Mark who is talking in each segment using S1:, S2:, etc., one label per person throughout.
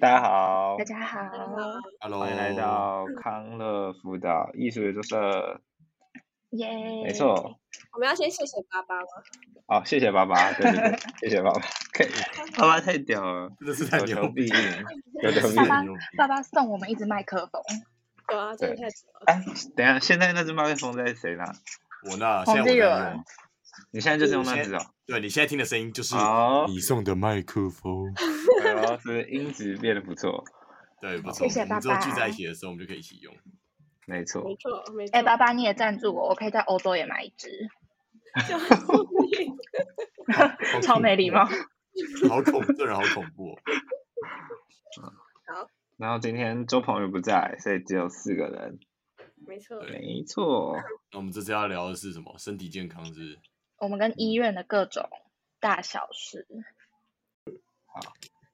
S1: 大家好，嗯
S2: 大家好，
S3: 啊
S4: Hello，
S1: 欢迎来到康乐辅导艺术研究社。
S2: 耶！
S1: 没，错，
S3: 我们要先谢谢爸爸吗？
S1: 好，谢谢爸爸，对对对，谢谢爸爸，可以，爸爸太屌了，
S4: 真的是太
S1: 有
S4: 牛
S1: 求必应
S4: 逼了，，
S1: 有求
S4: 真的
S1: 必
S2: 爸
S4: 是
S1: 应。
S2: 爸
S4: 太牛逼
S2: 爸爸送我们一支麦克风，
S3: 对啊，真的
S1: 对
S3: 太值了。
S1: 哎，等一下，现在那只麦克风在谁那？
S4: 我那
S2: 皇
S4: 现在我
S2: 帝
S4: 在
S2: 有
S4: 用
S2: 人，
S1: 你现在就是用那只哦。
S4: 对你现在听的声音就是
S1: 好，
S4: 你送的麦 克风，
S1: 然后是音质变得不错，
S4: 对，不错。
S2: 谢谢
S4: 我们之后
S2: 爸爸
S4: 聚在一起的时候，我们就可以一起用。
S1: 没错。
S3: 没错，没错。
S2: 哎、爸爸你也赞助我，我可以在欧洲也买一支，
S4: 好
S2: 超没礼貌。
S4: 好恐怖，这人好恐怖哦。
S1: 然后今天周鹏宇不在，所以只有四个人。
S3: 没错。
S4: 对
S1: 没错，
S4: 那我们这次要聊的是什么？身体健康是不是？
S2: 我们跟医院的各种大小事，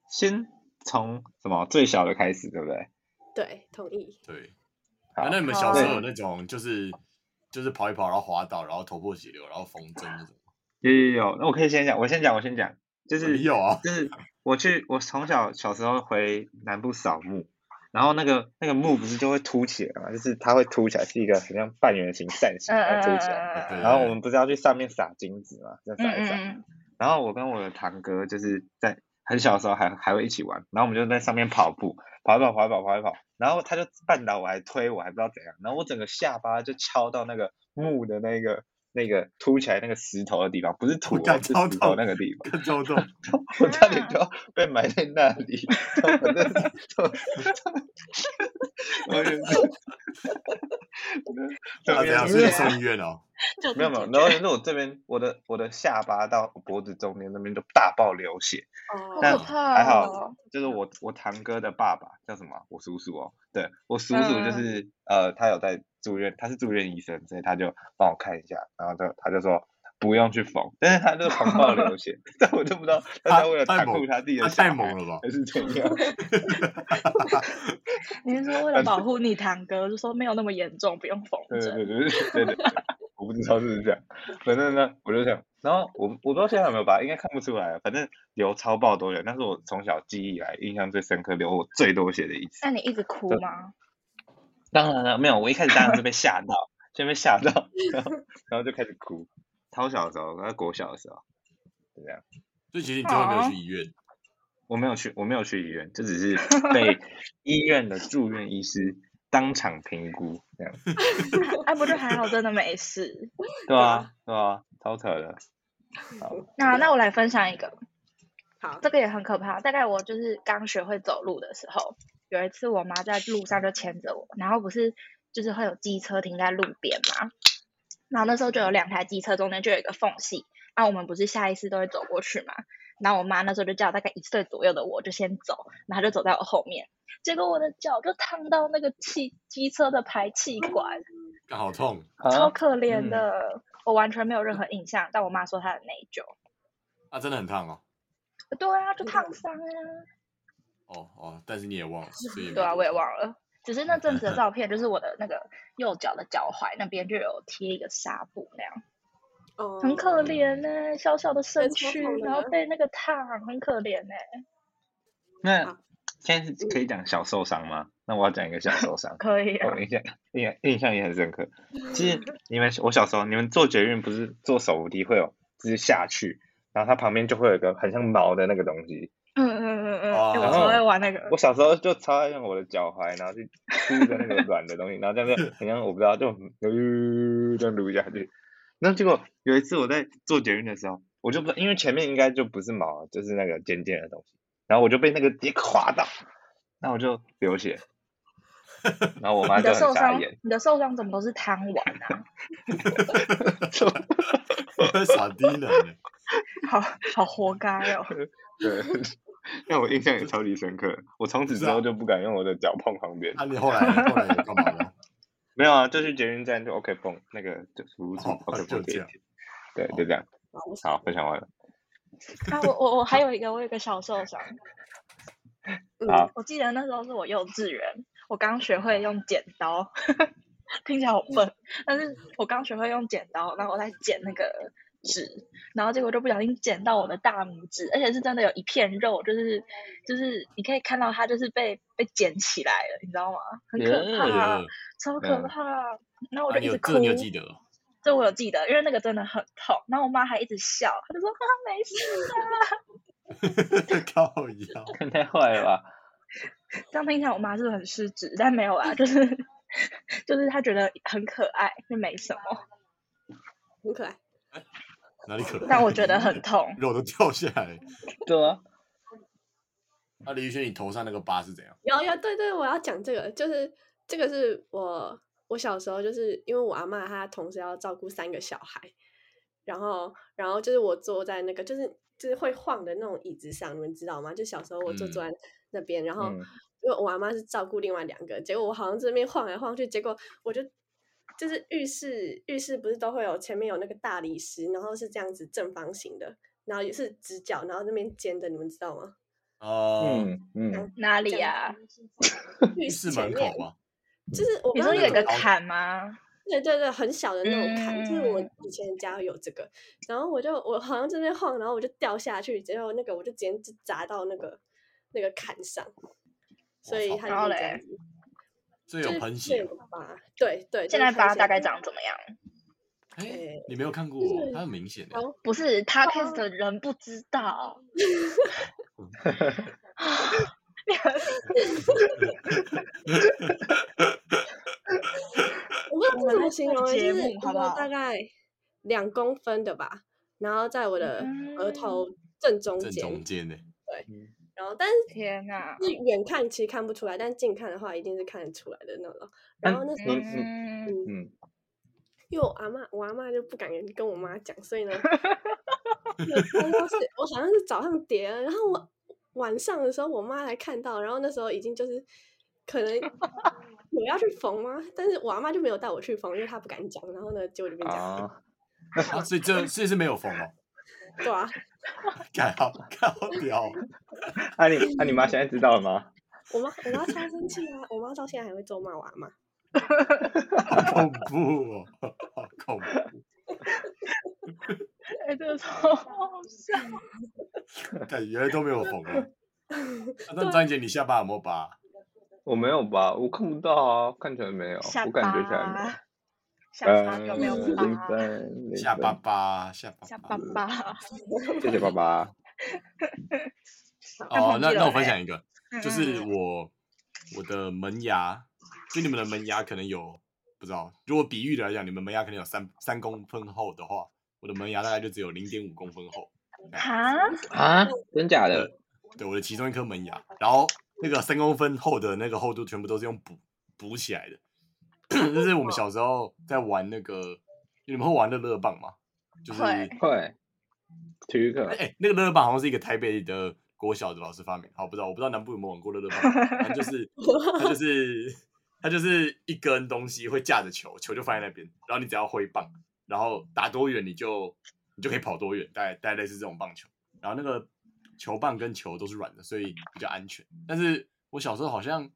S1: 先从什么最小的开始，对不对？
S3: 对，同意。
S4: 对。
S1: 好
S4: 那那你们小时候
S1: 好
S4: 有那种就是就是跑一跑，然后滑倒，然后头破血流，然后缝针那种？
S1: 有有有，那我可以先讲，我先讲，我先讲，就是
S4: 你有啊？
S1: 就是我去，我从小小时候回南部扫墓，然后那个那个墓不是就会凸起来嘛，就是它会凸起来，是一个很像半圆形扇形，
S2: 嗯
S1: 然
S2: 嗯
S1: 后凸起来。
S2: 嗯
S4: 对
S1: 然后我们不是要去上面撒金子嘛，这样
S2: 嗯
S1: 撒一
S2: 嗯
S1: 撒。
S2: 嗯，
S1: 然后我跟我的堂哥就是在很小的时候还还会一起玩，然后我们就在上面跑步，跑一跑，跑一跑，跑一跑，然后他就绊倒我，还推我，还不知道怎样，然后我整个下巴就敲到那个木的那个那个凸起来那个石头的地方，不是土哦，
S4: 干
S1: 是
S4: 超
S1: 石头那
S4: 痛
S1: 个地方。
S4: 看周 动，
S1: 我差点就要被埋在那里，然后我真的是我真的是
S4: 那
S1: 这
S4: 怎样？
S1: 边
S4: 是去送医院哦？
S1: 没有没有，然后就是我这边我的我的下巴到脖子中间那边就大爆流血，
S2: 好
S3: 哦，
S1: 但
S2: 可怕、哦，
S1: 还好，就是我我堂哥的爸爸叫什么？我叔叔哦，对我叔叔就是、呃，他有在住院，他是住院医生，所以他就帮我看一下，然后就他就说。不用去缝，但是他就狂暴流血， 但我就不知道 他是为了
S4: 他太
S1: 袒
S4: 猛
S1: 护他自己
S4: 他
S1: 的小
S4: 太
S1: 孩，
S4: 猛了吧！
S1: 还是怎样？
S2: 你是说为了保护你堂哥，就说没有那么严重，不用缝
S1: 对
S2: 针，
S1: 对对对对对，对 我不知道是不是这样，反正呢，我就想，然后我我不知道现在有没有吧，应该看不出来，反正流超爆多血，那是我从小记忆以来印象最深刻、流我最多血的一次。
S2: 那你一直哭吗？
S1: 当然了，没有，我一开始当然是被吓到，先被吓 到，然后然后就开始哭，超小的时候，在国小的时候，就这样。
S4: 所以其实你最后没有去医
S1: 哦
S4: 院，
S1: 我没有去，我没有去医院，就只是 被医院的住院医师当场评估，这样，
S2: 哎、不对，还好，真的没事。
S1: 对啊，对啊，超扯的。
S2: 那那我来分享一个，
S3: 好，
S2: 这个也很可怕。大概我就是刚学会走路的时候，有一次我妈在路上就牵着我，然后不是就是会有机车停在路边嘛，然后那时候就有两台机车中间就有一个缝隙，那、我们不是下意识都会走过去嘛，然后我妈那时候就叫大概一岁左右的我就先走，然后她就走在我后面，结果我的脚就烫到那个气机车的排气管，
S4: 干好痛。
S2: 超
S1: 啊，
S2: 可怜
S1: 嗯
S2: 的，我完全没有任何印象，但我妈说她很内疚，
S4: 啊，真的很烫哦。
S2: 对啊，就烫伤啊。
S4: 哦哦，但是你也忘了，所以 没
S2: 对 啊，
S4: 多
S2: 我也
S4: 痛
S2: 忘了。只是那阵子的照片，就是我的那个右脚的脚踝那边就有贴一个纱布那样，嗯
S3: 哦，
S2: 很可怜呢、小小的身
S3: 超
S2: 躯
S3: 痛，的
S2: 然后
S3: 呢
S2: 被那个烫，很可怜欸呢、，
S1: 那
S3: 好
S1: 现在是可以讲小受伤吗？那我要讲一个小受伤
S2: 可以啊
S1: 我，印象印象印象也很深刻。其实你们我小时候，你们坐捷运不是坐手扶梯会有，就是下去，然后它旁边就会有一个很像毛的那个东西。
S2: 嗯嗯嗯嗯，
S4: 哦
S2: 哎我超会玩那个
S1: 我，小时候就超爱用我的脚踝，然后去撸着那个软的东西，然后这样就很像我不知道，就噜这样撸下去。那结果有一次我在坐捷运的时候，我就不知道因为前面应该就不是毛，就是那个尖尖的东西，然后我就被那个直接划到，那我就流 血，然后我妈
S2: 你
S1: 就
S2: 的
S1: 很
S2: 受
S1: 傻
S2: 伤
S1: 眼，，
S2: 你的受伤怎么都是贪玩啊？
S4: 傻逼男，
S2: 好好活该 哦！
S1: 对，那我印象也超级深刻，我从此之后就不敢用我的脚碰旁边，
S4: 那、啊你后来呢后来有干嘛 吗？
S1: 没有啊，就去捷运站就 OK 碰那个就服务处
S4: 哦
S1: OK
S4: 就
S1: 碰
S4: 这
S1: 贴一
S4: 样
S1: 贴，对，就这样。好，分享完了。
S2: 啊，我我我还有一个，我有一个小受伤，
S3: 嗯
S1: 好
S2: 我记得那时候是我幼稚园，我刚学会用剪刀， 听起来好笨，但是我刚学会用剪刀，然后我在剪那个纸，然后结果就不小心剪到我的大拇指，而且是真的有一片肉，就是就是你可以看到它就是被被捡起来了，你知道吗？很可 怕，
S4: 呃
S2: 超可
S1: 嗯
S2: 怕。然后我
S4: 啊
S2: 就
S4: 你
S2: 一
S4: 有
S2: 直
S4: 这
S2: 哭。
S4: 个你有记得？哦
S2: 这我有记得，因为那个真的很痛。然后我妈还一直笑，她就说：“啊，没事啊。
S4: 靠腰，
S1: 太坏了吧？”
S2: 这样听起来我妈是不是很失职？但没有啦，就是 就是她觉得很可爱，就没什么。
S3: 很可爱。
S4: 哪里可能？
S2: 但我觉得很痛。
S4: 肉都掉下来。
S1: 对啊，
S4: 那李宇轩，你头上那个疤是怎样？
S3: 有有，对对，我要讲这个，就是这个是我我小时候，就是因为我阿嬷她同时要照顾三个小孩，然后然后就是我坐在那个就是就是会晃的那种椅子上，你们知道吗？就小时候我就坐
S2: 嗯
S3: 在那边，然后
S1: 嗯
S3: 因为我阿妈是照顾另外两个，结果我好像这边晃来晃去，结果我就就是浴室浴室不是都会有前面有那个大理石，然后是这样子正方形的，然后也是直角，然后那边尖的，你们知道吗？
S4: 呃，
S1: 嗯嗯，
S2: 哪里啊
S3: 这
S2: 呀、
S3: 样浴
S4: 浴
S3: 室
S4: 室
S3: 前
S4: 门口
S3: 面
S4: 吧。
S3: 就是我
S2: 你
S3: 不
S2: 说有
S3: 知道你
S2: 一
S3: 们
S2: 个坎吗？
S3: 对对对，很小的那种坎，就是我
S2: 嗯
S3: 以前家有这个，然后我就我好像这边晃，然后我就掉下去，结果那个我就直接就砸到那个那个坎上，所
S4: 我
S3: 以
S4: 操
S3: 它
S2: 然后
S3: 就这样
S2: 嘞
S3: 子，
S4: 所以
S3: 就
S4: 有
S3: 是
S4: 喷
S3: 会
S4: 血
S3: 有
S4: 吗。
S3: 疤，对对，
S2: 现
S3: 就
S2: 在
S3: 是喷
S2: 疤
S3: 血
S2: 大概
S3: 的
S2: 长怎么样？
S4: 哎
S3: 对，
S4: 你没有看过
S3: 就
S4: 哦
S3: 是，
S4: 它很明显的
S3: 好。
S2: 不是 p o d c a s 的人不知道。 我
S3: 我不知道这怎
S2: 们
S3: 么
S2: 来
S3: 形
S2: 做
S3: 容欸，
S2: 节
S3: 就是
S2: 目好
S3: 我
S2: 不好
S3: 大概两公分的吧，然后在我的额头
S2: 嗯
S3: 正中
S4: 正
S3: 间，
S4: 中间呢，
S3: 然后但是
S2: 天哪！
S3: 是远看其实看不出来，但近看的话一定是看得出来的那种。然
S1: 嗯
S3: 后那时候，
S1: 嗯
S2: 嗯，
S3: 嗯，
S1: 嗯，
S3: 因为我阿妈，我阿妈就不敢跟我妈讲， 所以呢，那那时候是我好像是早上叠了，然后我晚上的时候我妈来看到，然后那时候已经就是可 能我要去缝吗？但是我阿妈就没有带我去缝，因为她不敢讲。然后呢，结果就变这样，
S1: 啊，
S4: 啊所以这所以是没有缝哦。
S3: 对啊，
S4: 干好干好屌哦，
S1: 啊你啊你妈现在知道了吗？
S3: 我妈我妈超生气啊，我妈到现在还会咒骂我阿妈。
S4: 好恐怖哦，好恐怖！
S2: 哎、这个超好笑。
S4: 感觉都没有缝 哦。啊那张姐，你下巴有没有疤？
S1: 我没有吧，我看不到啊，看起来没有，
S2: 下
S1: 我感觉起来没有
S2: 巴，下巴有没有
S1: 嗯零
S2: 疤？
S1: 分，零
S4: 下巴
S1: 分，
S4: 疤，下巴
S2: 下
S4: 疤
S2: 巴巴。
S1: 谢谢爸爸。
S4: 哦，
S2: 忘记
S4: 那那我
S2: 了
S4: 分
S2: 嘞
S4: 享一个，就是
S2: 嗯
S4: 我我的门牙，就你们的门牙可能有不知道，如果比喻的来讲，你们门牙可能有三三公分厚的话，我的门牙大概就只有零点五公分 厚。
S2: 哈，
S1: 啊，真假的？
S4: 对，我的其中一颗门牙，然后那个三公分厚的那个厚度全部都是用补补起来的。 这是我们小时候在玩那个，你们会玩的乐棒吗？就是
S2: 会
S1: 会，体育课
S4: 哎、那个乐乐棒好像是一个台北的国小的老师发明，好不知道，我不知道南部有没有玩过乐乐棒，反正就是它就是它就是一根东西会架着球，球就放在那边，然后你只要挥棒，然后打多远你就你就可以跑多远，大概大概类似这种棒球，然后那个球棒跟球都是软的，所以比较安全。但是我小时候好像，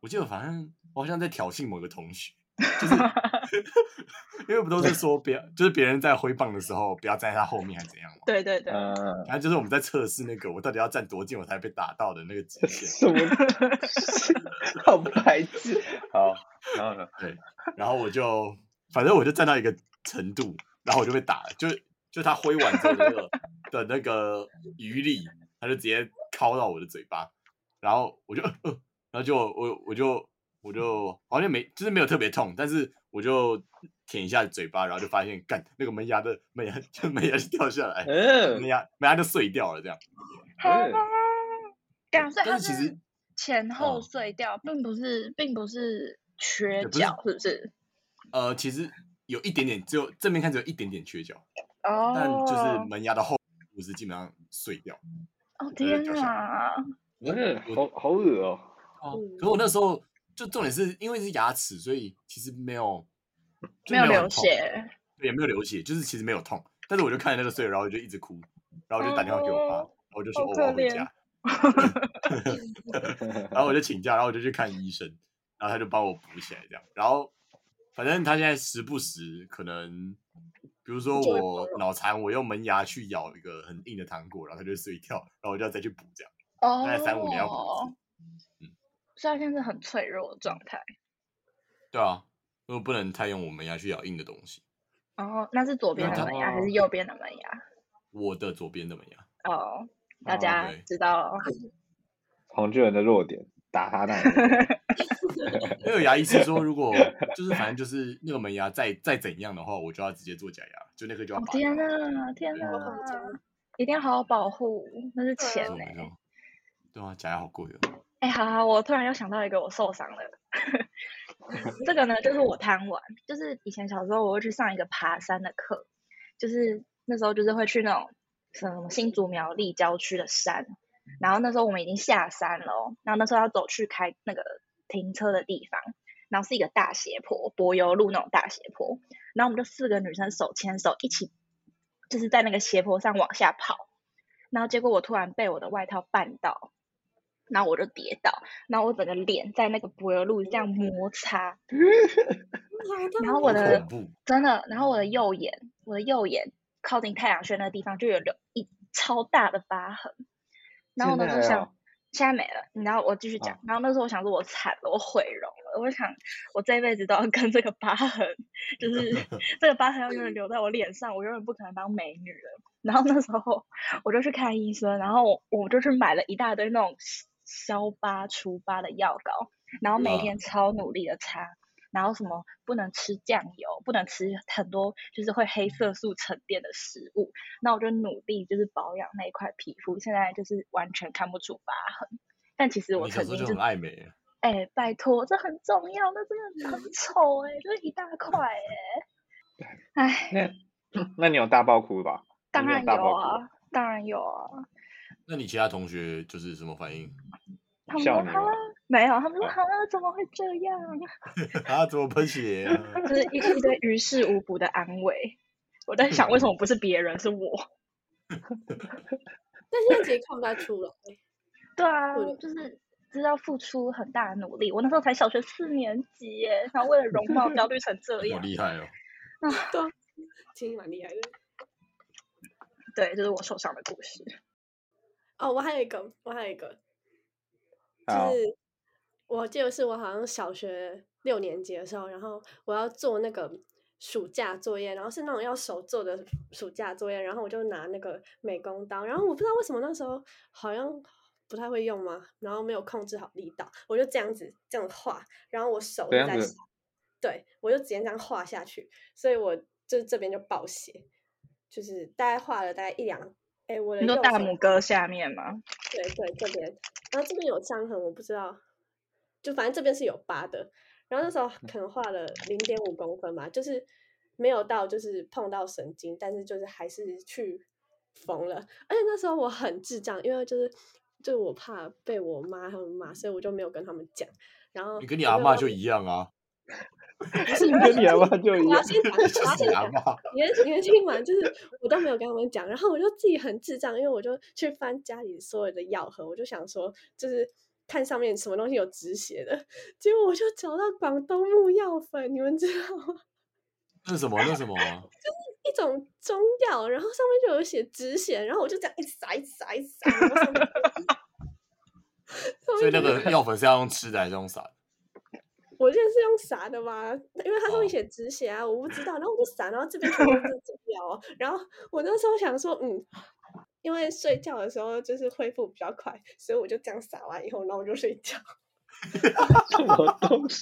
S4: 我记得反正我好像在挑衅某个同学。就是 ，因为不都是说不要，就是别人在挥棒的时候不要站在他后面，还是怎样吗？
S2: 对对对，
S1: 嗯，
S4: 反正就是我们在测试那个我到底要站多近我才被打到的那个极 限。
S1: 什么？好白痴。好，然后呢？
S4: 然后我就反正我就站到一个程度，然后我就被打了，就就他挥完之后的那个的那个余力，他就直接敲到我的嘴巴，然后我就，呃呃然后就我我就我就好像没就是没有特别痛，但是我就舔一下嘴巴，然后就发现干那个门牙的门牙就门牙就掉下来，门
S1: 嗯，
S4: 牙门牙就碎掉了这样。
S2: 哈
S1: 嗯，
S2: 感觉它
S4: 但是其
S2: 是
S4: 实
S2: 前后
S4: 嗯
S2: 碎掉，并不是，并不是缺
S4: 也不是
S2: 角，是不是？
S4: 呃其实有一点点，只有正面看只有一点点缺角。
S2: 哦，
S4: 但就是门牙的后骨是基本上碎掉。
S2: 哦
S4: 对
S2: 天
S4: 掉下来
S1: 不
S2: 哪，
S1: 是，好好恶哦。
S4: 哦
S3: 嗯
S4: 可我那时候就重点是因为是牙齿，所以其实没有
S2: 没
S4: 就
S2: 有
S4: 没有
S2: 流
S4: 很痛，
S2: 血，
S4: 对，也没有流血，就是其实没有痛。但是我就看着那个碎了，然后我就一直哭，然后我就打电话给我妈，然
S2: 哦
S4: 后我就说、
S2: 好
S4: 哦我要
S2: 可
S4: 回
S2: 怜
S4: 家，然后我就请假，然后我就去看医生，然后他就帮我补起来这样。然后反正他现在时不时可能，比如说
S3: 就会
S4: 我脑残，我用门牙去咬一个很硬的糖果，然后它就碎掉，然后我就要再去补这样。
S2: 哦，
S4: 概三五年要补一次嗯
S2: 所以他现在是很脆弱的状态。
S4: 对啊，因为不能太用我门牙去咬硬的东西。
S2: 哦，那是左边
S4: 那
S2: 的
S4: 他
S2: 门牙还是右边的门牙？
S4: 我的左边的门牙，
S2: 哦，大
S1: 哦
S2: 家
S4: 对
S2: 知道哦了。
S1: 黄俊仁的弱点，打他那里。
S4: 因为有牙医是说，如果就是反正就是那个门牙再再怎样的话，我就要直接做假牙，就那个就要
S2: 哦
S4: 拔掉。
S2: 天呐，天
S4: 嗯
S2: 呐，
S3: 我绑架
S2: 一定要好好保护，那是
S3: 对啊
S2: 钱
S4: 没
S2: 呢、
S4: 错没错，对啊，假牙好贵哦。
S2: 哎、好好，我突然又想到一个我受伤了。这个呢，就是我贪玩，就是以前小时候我会去上一个爬山的课，就是那时候就是会去那种什么新竹苗栗郊区的山，然后那时候我们已经下山了哦，然后那时候要走去开那个停车的地方，然后是一个大斜坡，柏油路那种大斜坡，然后我们就四个女生手牵手一起，就是在那个斜坡上往下跑，然后结果我突然被我的外套绊倒，然后我就跌倒，然后我整个脸在那个柏油路这样摩擦，然后我
S4: 好
S2: 的
S4: 恐怖，
S2: 真的，然后我的右眼，我的右眼靠近太阳穴那个地方就有留一超大的疤痕，然后我
S1: 现
S2: 那时
S1: 在啊
S2: 候想。
S1: 哦
S2: 现在没了，然后我继续讲。然后那时候我想说，我惨了，我毁容了。我想，我这一辈子都要跟这个疤痕，就是 这个疤痕要永远留在我脸上，我永远不可能当美女了。然后那时候我就去看医生，然后我我就去买了一大堆那种消疤除疤的药膏，然后每
S4: 啊
S2: 天超努力的擦。然后什么不能吃酱油，不能吃很多就是会黑色素沉淀的食物，那我就努力就是保养那一块皮肤，现在就是完全看不出疤痕。但其实我
S4: 你小
S2: 曾
S4: 时候
S2: 经
S4: 就
S2: 就
S4: 很爱美，
S2: 哎、拜托，这很重要，那真的很丑哎、就是一大块哎、哎，
S1: 那那你有大爆哭吧？
S2: 当
S1: 你有
S2: 然
S1: 大
S2: 有
S1: 爆哭吧
S2: 啊，当然有啊。
S4: 那你其他同学就是什么反应？
S2: 他们
S1: 笑
S2: 说
S1: 你
S2: 哈
S1: 吗
S2: 没有，他们说
S1: 啊
S2: 哈怎么会这样？
S4: 啊，怎么喷血啊？
S2: 就是一一堆于事无补的安慰。我在想，为什么不是别人是我？
S3: 但现在其实看不太出来，
S2: 对啊
S3: 对，
S2: 就是知道付出很大的努力。我那时候才小学四年级耶，然后为了容貌焦虑成 这
S4: 好
S2: 样，
S4: 厉害哦！
S3: 对啊，其实蛮厉害的。
S2: 对，就是我受伤的故事。
S3: 哦，我还有一个，我还有一个，
S1: 好
S3: 就，是我记得是我好像小学六年级的时候，然后我要做那个暑假作业，然后是那种要手做的暑假作业，然后我就拿那个美工刀，然后我不知道为什么那时候好像不太会用嘛，然后没有控制好力道，我就这样子这样画，然后我手
S1: 这
S3: 就
S1: 样
S3: 在
S1: 子
S3: 下，对我就直接这样画下去，所以我就这边就爆血，就是大概画了大概一两。哎，我的
S2: 你说
S3: 右
S2: 大
S3: 手
S2: 拇哥下面吗？
S3: 对对，这边，然后这边有伤痕，我不知道，就反正这边是有疤的。然后那时候
S4: 嗯
S3: 可能画了零点五公分吧，就是没有到就是碰到神经，但是就是还是去缝了。而且那时候我很智障，因为就是就我怕被我妈他们骂，所以我就没有跟他们讲。然后
S4: 你跟你
S3: 我
S4: 阿
S3: 就
S4: 嬷就一 样啊，
S1: 跟你阿妈就一
S3: 我要
S1: 样。
S3: 先讲，我要
S4: 就是
S3: 先
S4: 你阿
S3: 讲。
S4: 嬷。
S3: 你先你先听完，就是我都没有跟他们讲，然后我就自己很智障，因为我就去翻家里所有的药盒，我就想说，就是看上面什么东西有止血的，结果我就找到广东木药粉，你们知道吗？
S4: 那什么那什么 啊？
S3: 一种中药，然后上面就有写止血，然后我就这样一直撒一直撒一直撒，然后上 面
S4: 所以那个药粉是要用吃的还是用撒的？
S3: 我记得是用撒的吧，因为它上
S4: 哦
S3: 面写止血啊，我不知道，然后我就撒，然后这边全部都是中药哦，然后我那时候想说，嗯，因为睡觉的时候就是恢复比较快，所以我就这样撒完以后，然后我就睡 觉，
S1: 什么东西？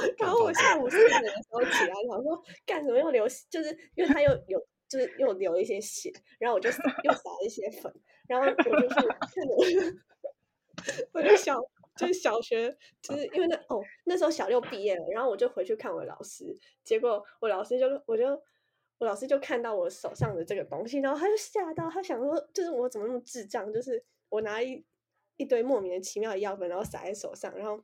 S3: 然
S4: 感
S3: 后我
S4: 动
S3: 下午四点的时候起来想说，干什么又流血，就是因为它又有。就是又流一些血，然后我就撒又撒了一些粉，然后我就去看我， 我就小就是小学，就是因为那哦那时候小六毕业了，然后我就回去看我老师，结果我老师就我就我老师就看到我手上的这个东西，然后他就吓到，他想说就是我怎么那么智障，就是我拿一一堆莫名其妙的药粉，然后撒在手上，然后。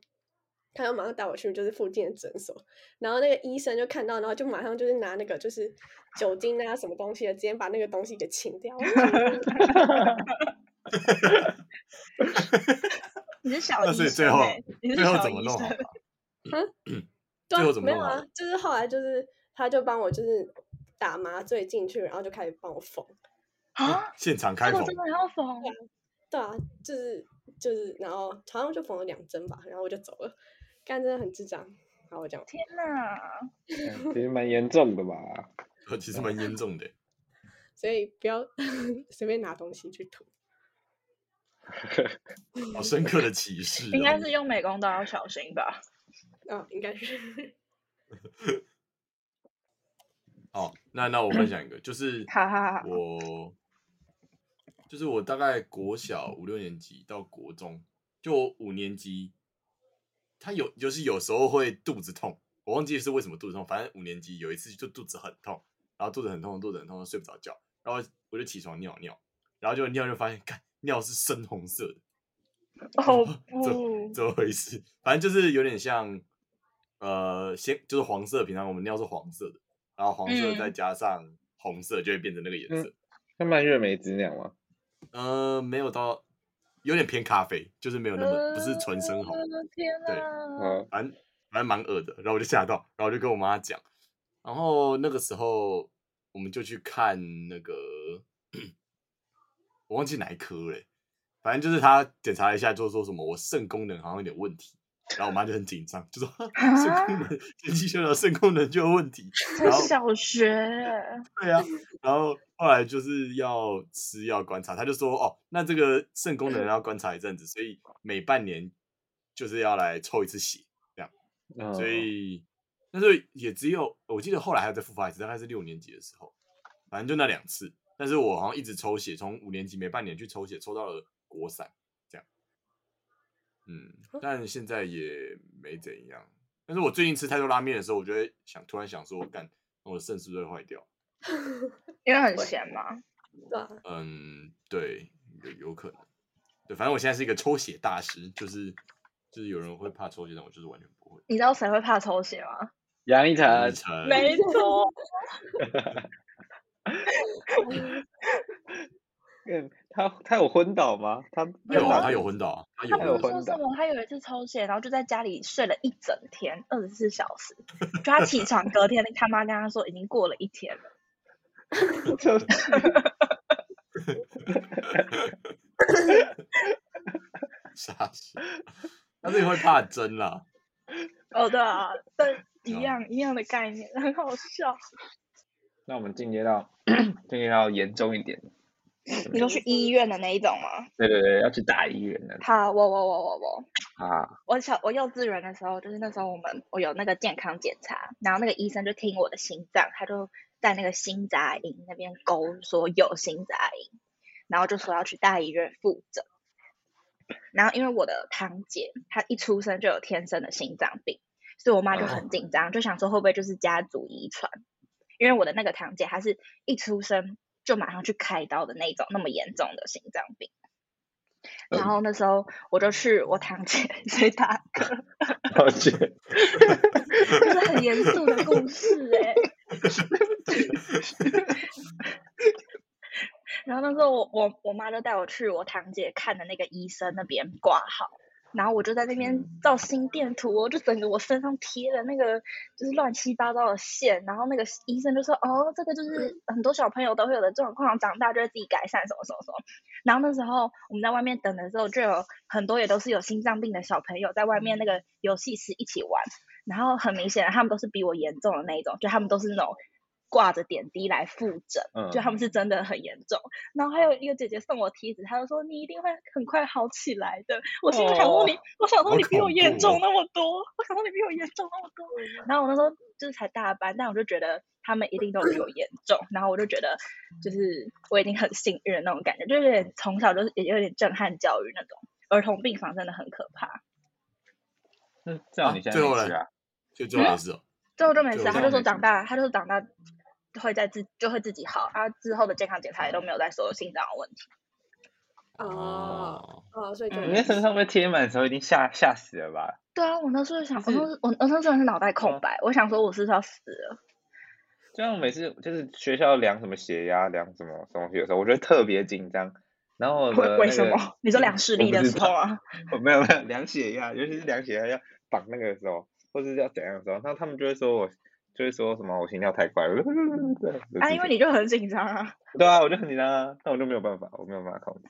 S3: 他就马上带我去就是附近的诊所，然后那个医生就看到，然后就马上就是拿那个就是酒精啊什么东西的，直接把那个东西给清掉。我就觉得
S2: 你是小
S4: 那
S2: 医
S4: 所以
S2: 生
S4: 最后
S2: 欸你是
S4: 最后
S2: 小
S4: 怎么
S2: 医
S4: 弄好
S2: 生
S4: 啊？
S3: 对啊
S4: 最后怎么
S3: 没有
S4: 弄好
S3: 啊
S4: 的？
S3: 就是后来就是他就帮我就是打麻醉进去，然后就开始帮我缝。
S2: 啊，
S4: 现场
S2: 这
S4: 嗯开
S2: 个
S4: 缝，
S2: 真的要缝，
S3: 对啊，就是就是，然后好像就缝了两针吧，然后我就走了。干真的很智障。好，我讲完
S2: 天哪！
S1: 其实蛮严重的吧？
S4: 其实蛮
S2: 啊
S4: 严重的。
S3: 所以不要 随便拿东西去涂。
S4: 好深刻的启示哦、
S2: 应该是用美工刀要小心吧？
S3: 啊、应该是
S4: 哦。那那我分享一个，就是
S2: 好好好，
S4: 我就是我大概国小五六年级到国中，就我五年级，他有就是有时候会肚子痛，我忘记是为什么肚子痛，反正五年级有一次就肚子很痛，然后肚子很痛，肚子很痛，睡不着觉，然后我就起床尿尿，然后就尿就发现，看尿是深红色的，
S2: 哦
S4: 这
S2: 不，
S4: 怎么回事？反正就是有点像，呃，先就是黄色，平常我们尿是黄色的，然后黄色再
S2: 嗯
S4: 加上红色就会变成那个颜
S1: 嗯
S4: 色。
S1: 那蔓越莓汁那样吗？
S4: 呃，没有到，有点偏咖啡，就是没有那么不是纯深红，
S2: 呃天
S4: 对
S2: 哪！
S1: 啊，
S4: 反正反正蛮恶的。然后我就吓到，然后我就跟我妈讲，然后那个时候我们就去看那个，我忘记哪一科嘞，反正就是他检查了一下，就说什么我肾功能好像有点问题。然后我妈就很紧张，就说肾功能 年纪小小肾功能就有问题，
S2: 这
S4: 然后
S2: 小学，
S4: 对啊，然后后来就是要吃药观察，他就说哦，那这个肾功能要观察一阵子，所以每半年就是要来抽一次血，
S1: 嗯
S4: 所以但是也只有我记得后来还有再复发一次，大概是六年级的时候，反正就那两次，但是我好像一直抽血，从五年级每半年去抽血，抽到了国三这样，嗯，但现在也没怎样。但是我最近吃太多拉面的时候，我就会想，突然想说，干，我的肾是不是会坏掉？
S2: 因为很闲嘛。
S3: 对啊，
S4: 嗯，对，有有可能。对，反正我现在是一个抽血大师，就是就是有人会怕抽血，但我就是完全不会。
S2: 你知道谁会怕抽血吗？
S1: 杨一啊
S4: 呃
S1: 晨，，
S2: 没错，
S1: 嗯他他有昏倒吗？他
S4: 他有啊，
S2: 有
S4: 他有昏倒啊，他有
S2: 他
S1: 会
S2: 不
S4: 昏
S1: 有
S2: 是
S4: 倒。
S1: 昏
S2: 说
S1: 倒
S2: 什么？他有一次抽血，然后就在家里睡了一整天，二十四小时。就他起床隔天，他妈跟他说已经过了一天了。
S1: 就是
S4: 傻事。他自己会怕针啦，
S2: 哦， 对啊，但一
S4: 哦
S2: 样一样的概念，很好笑。
S1: 那我们进阶到 进阶到严重一点，
S2: 你说去医院的那一种吗？
S1: 对对对，要去打医院的
S2: 好，我我我我我，
S1: 啊，
S2: 我小我幼稚园的时候，就是那时候我们我有那个健康检查，然后那个医生就听我的心脏，他就在那个心杂音那边勾说有心杂音，然后就说要去大医院复诊。然后因为我的堂姐她一出生就有天生的心脏病，所以我妈就很紧张，就想说会不会就是家族遗传？因为我的那个堂姐她是一出生就马上去开刀的那种，那么严重的心脏病。然后那时候我就去我堂姐 去打嗝，
S1: 抱歉，
S2: 这是很严肃的故事哎、然后那时候我我我妈就带我去我堂姐看的那个医生那边挂号，然后我就在那边照心电图哦，我就整个我身上贴了那个就是乱七八糟的线，然后那个医生就说哦，这个就是很多小朋友都会有的状况，长大就会自己改善什么什么什么。然后那时候我们在外面等的时候，就有很多也都是有心脏病的小朋友在外面那个游戏室一起玩，然后很明显的他们都是比我严重的那一种，就他们都是那种挂着点滴来复诊，
S1: 嗯
S4: 嗯
S2: 就他们是真的很严重。然后还有一个姐姐送我贴纸，她就说你一定会很快好起来的。我心里想说
S1: 哦
S2: 你，我想说
S4: 好
S2: 你比我
S4: 恐
S2: 严
S4: 怖
S2: 重
S4: 哦嗯
S2: 那么多，我想说你比我严重那么多。然后我那时候就是才大班，但我就觉得他们一定都比我严重，然后我就觉得就是我已经很幸运的那种感觉，就有点从小就是也有点震撼教育那种。儿童病房真的很可怕，
S1: 那这样你现在
S4: 最后
S1: 没事
S4: 嘞
S1: 啊？
S4: 就做没事哦。
S2: 最后就没
S4: 对
S2: 事
S4: 我
S2: 啊，他
S1: 知道
S2: 就说
S1: 没
S2: 长
S1: 事
S2: 大，他就说长大会在自就会自己好，啊之后的健康检查也都没有再说有心脏的问题。
S3: 哦
S4: 哦，
S3: 哦，所以就
S2: 嗯
S1: 你在身上被贴满的时候，一定吓吓死了吧？
S2: 对啊，我那时候想，我那
S4: 是
S2: 时候我那时候真的是脑袋空白，我想说我是不是要死了？
S1: 就像每次就是学校量什么血压、量什么东西的时候，我觉得特别紧张。然后我的
S2: 为为
S1: 那
S2: 什
S1: 个
S2: 么？你说量视
S1: 我
S2: 力
S1: 不
S2: 的
S1: 知
S2: 时候
S1: 道
S2: 啊？
S1: 我没有没有量血压，尤其是量血压要绑那个的时候，或是要怎样的时候，那他们就会说我，就会说什么我心跳 太快了，对就
S2: 啊，
S1: 是
S2: 因
S1: 这
S2: 为你就很紧张啊。
S1: 对啊，我就很紧张啊，但我就没有办法，我没有办法控制。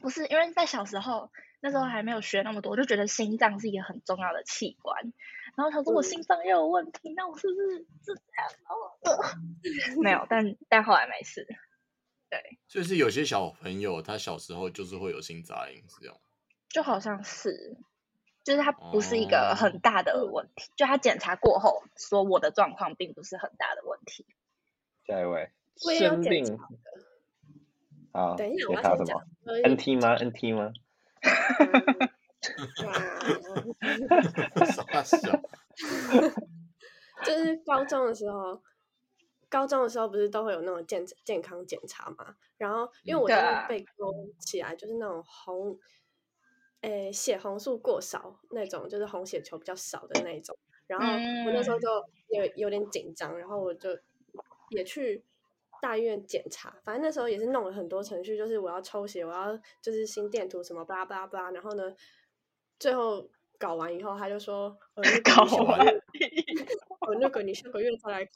S2: 不是，因为在小时候那时候还没有学那么多，我就觉得心脏是一个很重要的器官。然后想说，我
S3: 嗯
S2: 心脏又有问题，那我是不是是这样？然后、呃、没有，但但后来没事。
S4: 就是有些小朋友他小时候就是会有心杂音，是这样。
S2: 就好像是，就是它不是一个
S4: 哦
S2: 很大的问题，就他检查过后说我的状况并不是很大的问题。
S1: 下一位，
S3: 我也有
S1: 生
S3: 检
S1: 病
S3: 查。
S1: 好，
S3: 等一下，
S1: 检
S3: 我要
S1: 查
S3: 先
S1: 什么
S3: 讲。我有
S1: ？NT 吗？NT 吗？
S3: 哇，
S4: 傻笑，
S3: 就是高中的时候，高中的时候不是都会有那种健健康检查嘛？然后因为
S4: 嗯
S3: 我
S2: 对
S3: 真
S2: 啊
S3: 的被勾起来，就是那种红，诶、血红素过少那种，就是红血球比较少的那一种。然后我那时候就有有点紧张，然后我就也去大医院检查，反正那时候也是弄了很多程序，就是我要抽血，我要就是心电图什么巴拉巴拉巴拉，然后呢，最后搞完以后他就说，呃，那个
S2: 搞
S3: 你下个
S4: 完
S3: 月 呃，那个你下个月再来看。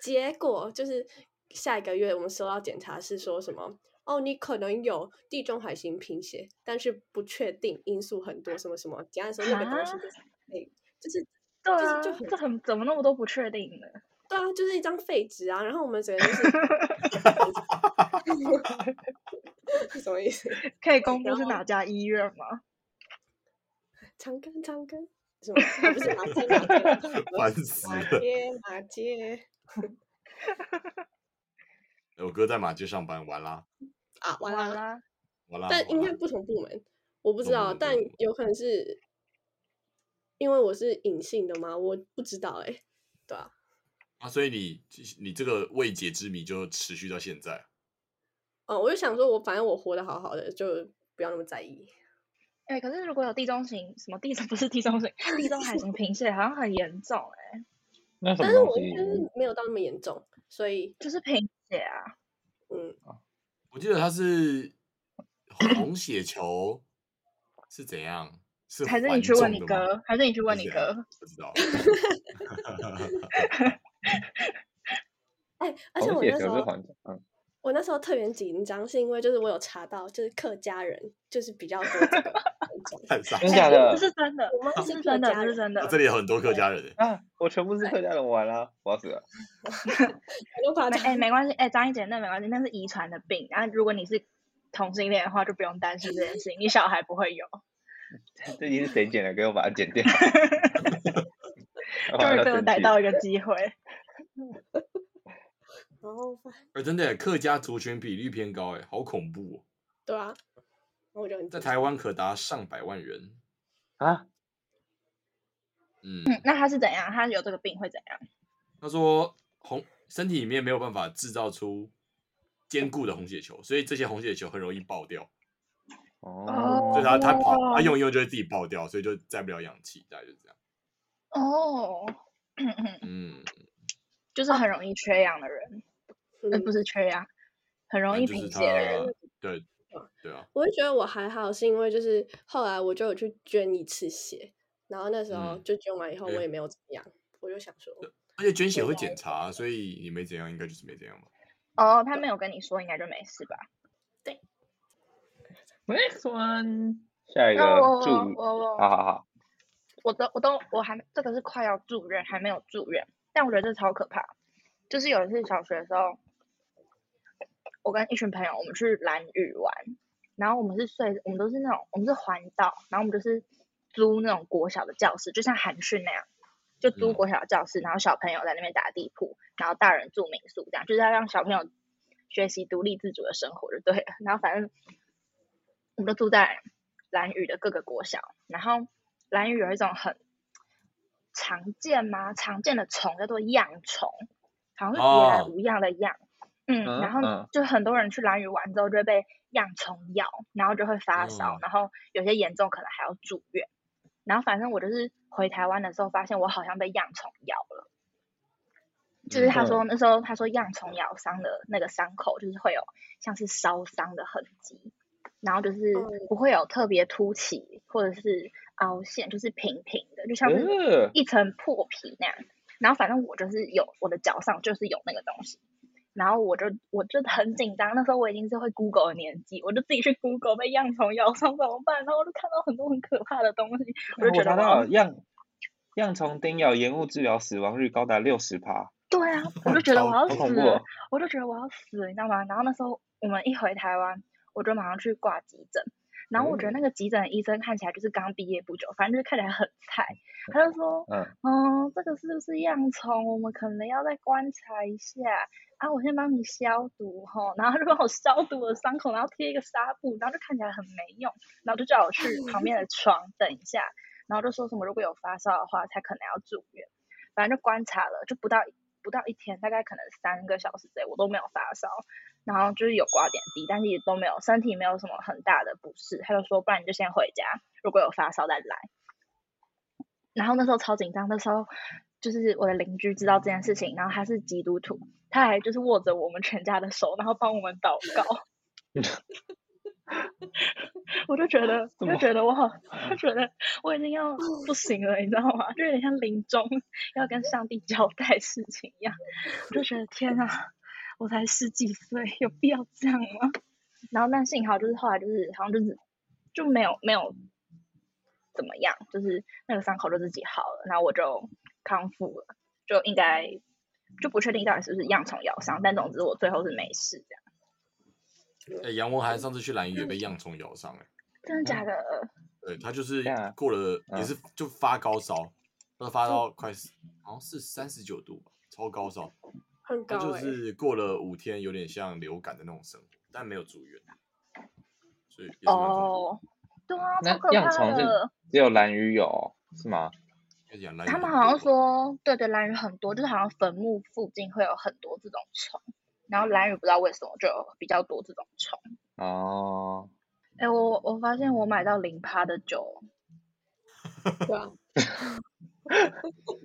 S3: 结果就是下一个月我们收到检查是说什么？哦，你可能有地中海型贫血，但是不确定因素很多，什么什么。简单说，那个东西
S2: 啊
S3: 就是被，就是
S2: 对
S3: 就是
S2: 啊，
S3: 就很
S2: 这很怎么那么多不确定呢？
S3: 对啊，就是一张废纸啊。然后我们整个就是是 什么意思？
S2: 可以公布
S3: 然
S2: 是哪家医院吗？
S3: 长庚，长庚什么？啊、不是马街，马街，
S4: 烦死
S3: 马
S4: 了。
S3: 街，马街
S4: 哎我哥在马街上班，完啦，
S3: 啊，完
S2: 完
S3: 了。
S2: 啦，
S4: 完啦。
S3: 但
S4: 完
S3: 应
S4: 啦
S3: 该不同部门，我不知
S4: 同部
S3: 道，
S4: 门不
S3: 但
S4: 同部门
S3: 有可能是因为我是隐性的嘛，我不知道哎、对啊，
S4: 啊，所以你你这个未解之谜就持续到现在。
S3: 哦，我就想说我反正我活得好好的，就不要那么在意。
S2: 哎、可是如果有地中型什么地中不是地中型，地中海型贫血好像很严重哎、
S1: 那什
S3: 但
S1: 么东
S3: 是我应该
S1: 西？
S3: 是没有到那么严重，所以
S2: 就是贫血啊，
S3: 嗯，
S4: 我记得他是红血球是怎样？是
S2: 还是你
S4: 环
S2: 去问
S4: 重
S2: 你
S4: 的吗
S2: 哥，还是你去问
S4: 是
S2: 你
S4: 怎
S2: 哥？
S4: 样不知道。
S3: 哎、而且
S1: 红
S3: 我
S1: 血
S3: 那时
S1: 球是
S3: 候
S1: 环境，嗯，
S3: 我那时候特别紧张，是因为就是我有查到，就是客家人就是比较多这个症 状。
S4: 很傻
S1: 真
S4: 笑
S1: 假
S2: 哎
S1: 的
S2: 这是真的，
S3: 我妈
S2: 这
S3: 是
S2: 是
S3: 客
S2: 真的，
S3: 家
S2: 这是
S3: 人，
S2: 真
S4: 啊
S2: 的。
S4: 这里有很多客家人欸，
S1: 啊，我全部是客家人，完了，我要死了。
S3: 我都把
S2: 没
S3: 它
S2: 哎、没关系，哎、张一姐那没关系，那是遗传的病。然后如果你是同性恋的话，就不用担心这件事情，你小孩不会有。
S1: 这集是谁剪的？给我把它剪 掉。
S2: 终于被
S1: 被
S2: 我逮到一个机会，
S3: 然后发
S4: 哎，真的欸客家族群比例偏高，哎，好恐怖哦，
S3: 对啊，然后我就很
S4: 在
S3: 紧
S4: 台
S3: 张。
S4: 湾可达上百万人。
S1: 啊！
S4: 嗯，
S2: 那他是怎样？他有这个病会怎样？
S4: 他说红身体里面没有办法制造出坚固的红血球，所以这些红血球很容易爆掉。
S1: 哦，
S4: 所以他他跑
S2: 哦
S4: 他用一用就会自己爆掉，所以就载不了氧气，大概就是这样。
S2: 哦，
S4: 嗯，
S2: 就是很容易缺氧的人，呃，
S3: 嗯
S2: 不是缺氧，很容易
S4: 反
S2: 贫
S4: 正嗯就是
S2: 血的人。嗯
S4: 他对对啊，
S3: 我就觉得我还好，是因为就是后来我就有去捐一次血，然后那时候
S4: 嗯
S3: 就捐完以后
S4: 对
S3: 我也没有怎么样，我就想说，
S4: 而且捐血
S3: 对
S4: 会
S3: 啊
S4: 检查，所以你没怎样，应该就是没怎样吧。
S2: 哦，他没有跟你说，应该就没事吧？
S1: Next one，下一个啊
S2: 那我
S1: 祝，
S2: 我我
S1: 好好好，
S2: 我都我都我还这个是快要住院，还没有住院，但我觉得这超可怕。就是有一次小学的时候，我跟一群朋友我们去蓝屿玩，然后我们是睡，我们都是那种我们是环岛，然后我们就是租那种国小的教室，就像韩训那样，就租
S4: 嗯
S2: 国小的教室，然后小朋友在那边打地铺，然后大人住民宿，这样就是要让小朋友学习独立自主的生活就对了。 然后反正我们都住在蓝屿的各个国小，然后蓝屿有一种很常见吗？常见的虫叫做恙虫，好像是别来
S4: 哦
S2: 无恙的恙。嗯，
S1: 嗯
S2: 然后
S1: 嗯
S2: 就很多人去蓝屿玩之后就会被恙虫咬，然后就会发烧，
S4: 哦
S2: 然后有些严重可能还要住院。然后反正我就是回台湾的时候，发现我好像被恙虫咬了。就是
S4: 嗯
S2: 他说
S1: 嗯
S2: 那时候他说恙虫咬伤的那个伤口，就是会有像是烧伤的痕迹，然后就是
S3: 嗯
S2: 不会有特别凸起或者是凹陷，就是平平的。的，就像是
S1: 呃
S2: 一层破皮那样。然后反正我就是有我的脚上就是有那个东西，然后我就我就很紧张，那时候我已经是会 Google 的年纪，我就自己去 Google 被恙虫咬伤怎么办，然后我就看到很多很可怕的东西，我就觉
S1: 我
S2: 得
S1: 查
S2: 我
S1: 到
S2: 要
S1: 了恙恙虫叮咬延误治疗死亡率高达六十趴，
S2: 对啊， 我就觉得
S4: 超
S2: 我要
S1: 好恐
S2: 死
S1: 怖
S2: 了
S1: 哦！
S2: 我就觉得我要死了，你知道吗？然后那时候我们一回台湾，我就马上去挂急诊。然后我觉
S1: 哦
S2: 得那个急诊的医生看起来就是刚毕业不久，反正就是看起来很菜。他就说
S1: 嗯，：“
S2: 嗯，这个是不是恙虫？我们可能要再观察一下。啊，我先帮你消毒吼，然后他就帮我消毒了伤口，然后贴一个纱布，然后就看起来很没用，然后就叫我去旁边的床等一下，然后就说什么如果有发烧的话，才可能要住院。反正就观察了，就不到不到一天，大概可能三个小时之内，我都没有发烧，然后就是有挂点滴，但是也都没有身体没有什么很大的不适。他就说，不然你就先回家，如果有发烧再来。然后那时候超紧张，那时候就是我的邻居知道这件事情，然后他是基督徒，他还就是握着我们全家的手，然后帮我们祷 告。我就觉得，我
S1: 怎么
S2: 就觉得 我好，我就觉得我已经要不行了，你知道吗？就有点像临终要跟上帝交代事情一样。我就觉得天啊，我才十几岁，有必要这样吗？ 然后但幸好就是后来就是好像就是就没有没有怎么样，就是那个伤口就自己好了，然后我就康复了，就应该就不确定到底是不是恙虫咬伤，但总之我最后是没事这样。
S4: 哎、杨文涵上次去蓝
S2: 嗯
S4: 屿也被恙虫咬伤、哎，
S2: 真的假
S4: 嗯
S2: 的？
S4: 对他就是
S1: 对啊
S4: 过了、也
S1: 嗯
S4: 是就发高烧，他
S2: 哦
S4: 发到快四好像是三十九度吧，超高烧，
S3: 很
S4: 他
S3: 高
S4: 就
S2: 欸
S3: 哎、
S4: 是过了五天，有点像流感的那种生活，但没有住院，所以也是蛮恐怖的。
S2: 哦，对啊，
S1: 那
S2: 超可
S1: 恙
S2: 怕
S1: 虫是
S2: 的。
S1: 只有蓝鱼有哦是吗？
S4: 因为养蓝屿
S2: 他们
S4: 很
S2: 好像
S4: 多
S2: 说，对对，蓝屿很多，就是好像坟墓附近会有很多这种虫，然后蓝屿不知道为什么就有比较多这种虫。
S1: 哦，
S2: 哎，我我发现我买到零趴的酒，
S3: 对啊，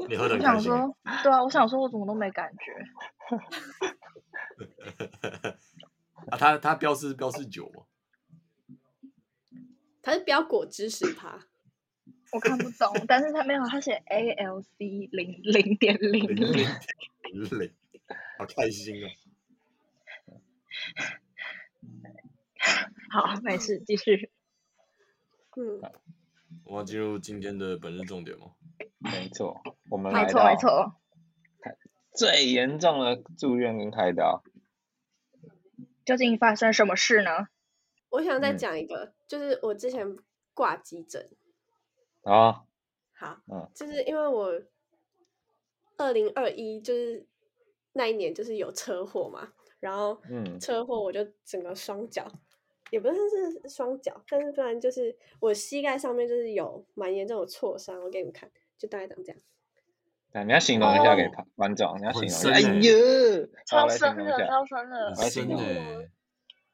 S4: 你喝的
S2: 我
S4: 很开
S2: 想
S4: 心欸，
S2: 说，对啊，我想说我怎么都没感觉，
S4: 啊，他他标示标示酒嘛，
S3: 它是标果汁十趴，
S2: 我看不懂，但是他没有，他写 ALC 零零点零
S4: 零
S2: 零，
S4: 零零，好开心哦。
S2: 好，没事，继续。
S3: 嗯，
S4: 我们要进入今天的本日重点吗？
S1: 没错，我们
S2: 没
S1: 来
S2: 错没
S1: 到
S2: 错，
S1: 最严重的住院跟开刀，
S2: 究竟发生什么事呢？
S3: 我想再
S1: 嗯
S3: 讲一个，就是我之前挂急诊，
S1: 啊，
S3: 好，
S1: 嗯
S3: 就是因为我二零二一就是那一年就是有车祸嘛，然后
S1: 嗯
S3: 车祸我就整个双脚，也不是是双脚，但是不然就是我膝盖上面就是有蛮严重的挫伤，我给你们看，就大概长这样，
S1: 对你要形容一下给
S2: 哦
S1: 观观众，你要
S4: 很
S1: 形容一下，
S4: 深
S1: 哎
S4: 欸
S1: 呦，好
S2: 超
S1: 来
S2: 深
S1: 形容一
S2: 的，
S1: 下，
S2: 超深的
S4: 很，
S1: 来
S4: 深
S1: 形容
S4: 欸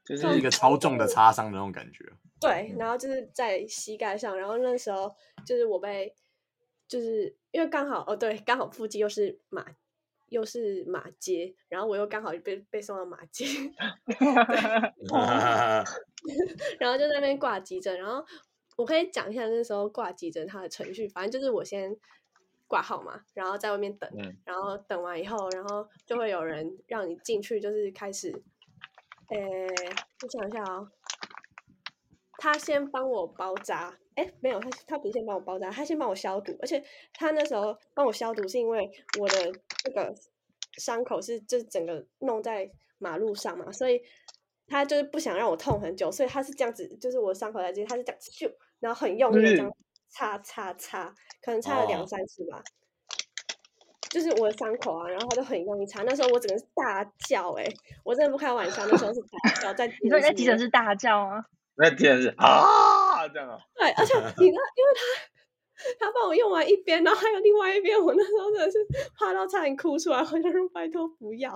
S1: 就是是
S4: 一个超重的擦伤的那种感 觉。
S3: 对，
S1: 嗯
S3: 然后就是在膝盖上，然后那时候就是我被，就是因为刚好哦对，刚好附近又是马又是马街，然后我又刚好被被送到马街。
S4: 哦
S3: 然后就在那边挂急诊，然后我可以讲一下那时候挂急诊它的程序，反正就是我先挂号嘛，然后在外面等，
S1: 嗯
S3: 然后等完以后，然后就会有人让你进去，就是开始，诶，我想一下哦，他先帮我包扎，诶，没有，他他不是先帮我包扎，他先帮我消毒，而且他那时候帮我消毒是因为我的这个伤口是就是整个弄在马路上嘛，所以他就是不想让我痛很久，所以他是这样子，就是我伤口在这里，他是这样咻，然后很用力的这样擦擦擦，可能擦了两
S4: 哦
S3: 三次吧。就是我的伤口啊，然后他就很用力擦，那时候我整个是大叫哎、我真的不开玩笑，那时候是大叫，在
S2: 你说你在
S3: 室
S2: 急
S3: 里
S2: 诊
S3: 面
S2: 室大叫吗？
S1: 那竟然是啊这样啊，
S3: 对，而且你知道，因为他他帮我用完一边，然后还有另外一边，我那时候真的是怕到差点哭出来，我就说拜托不要，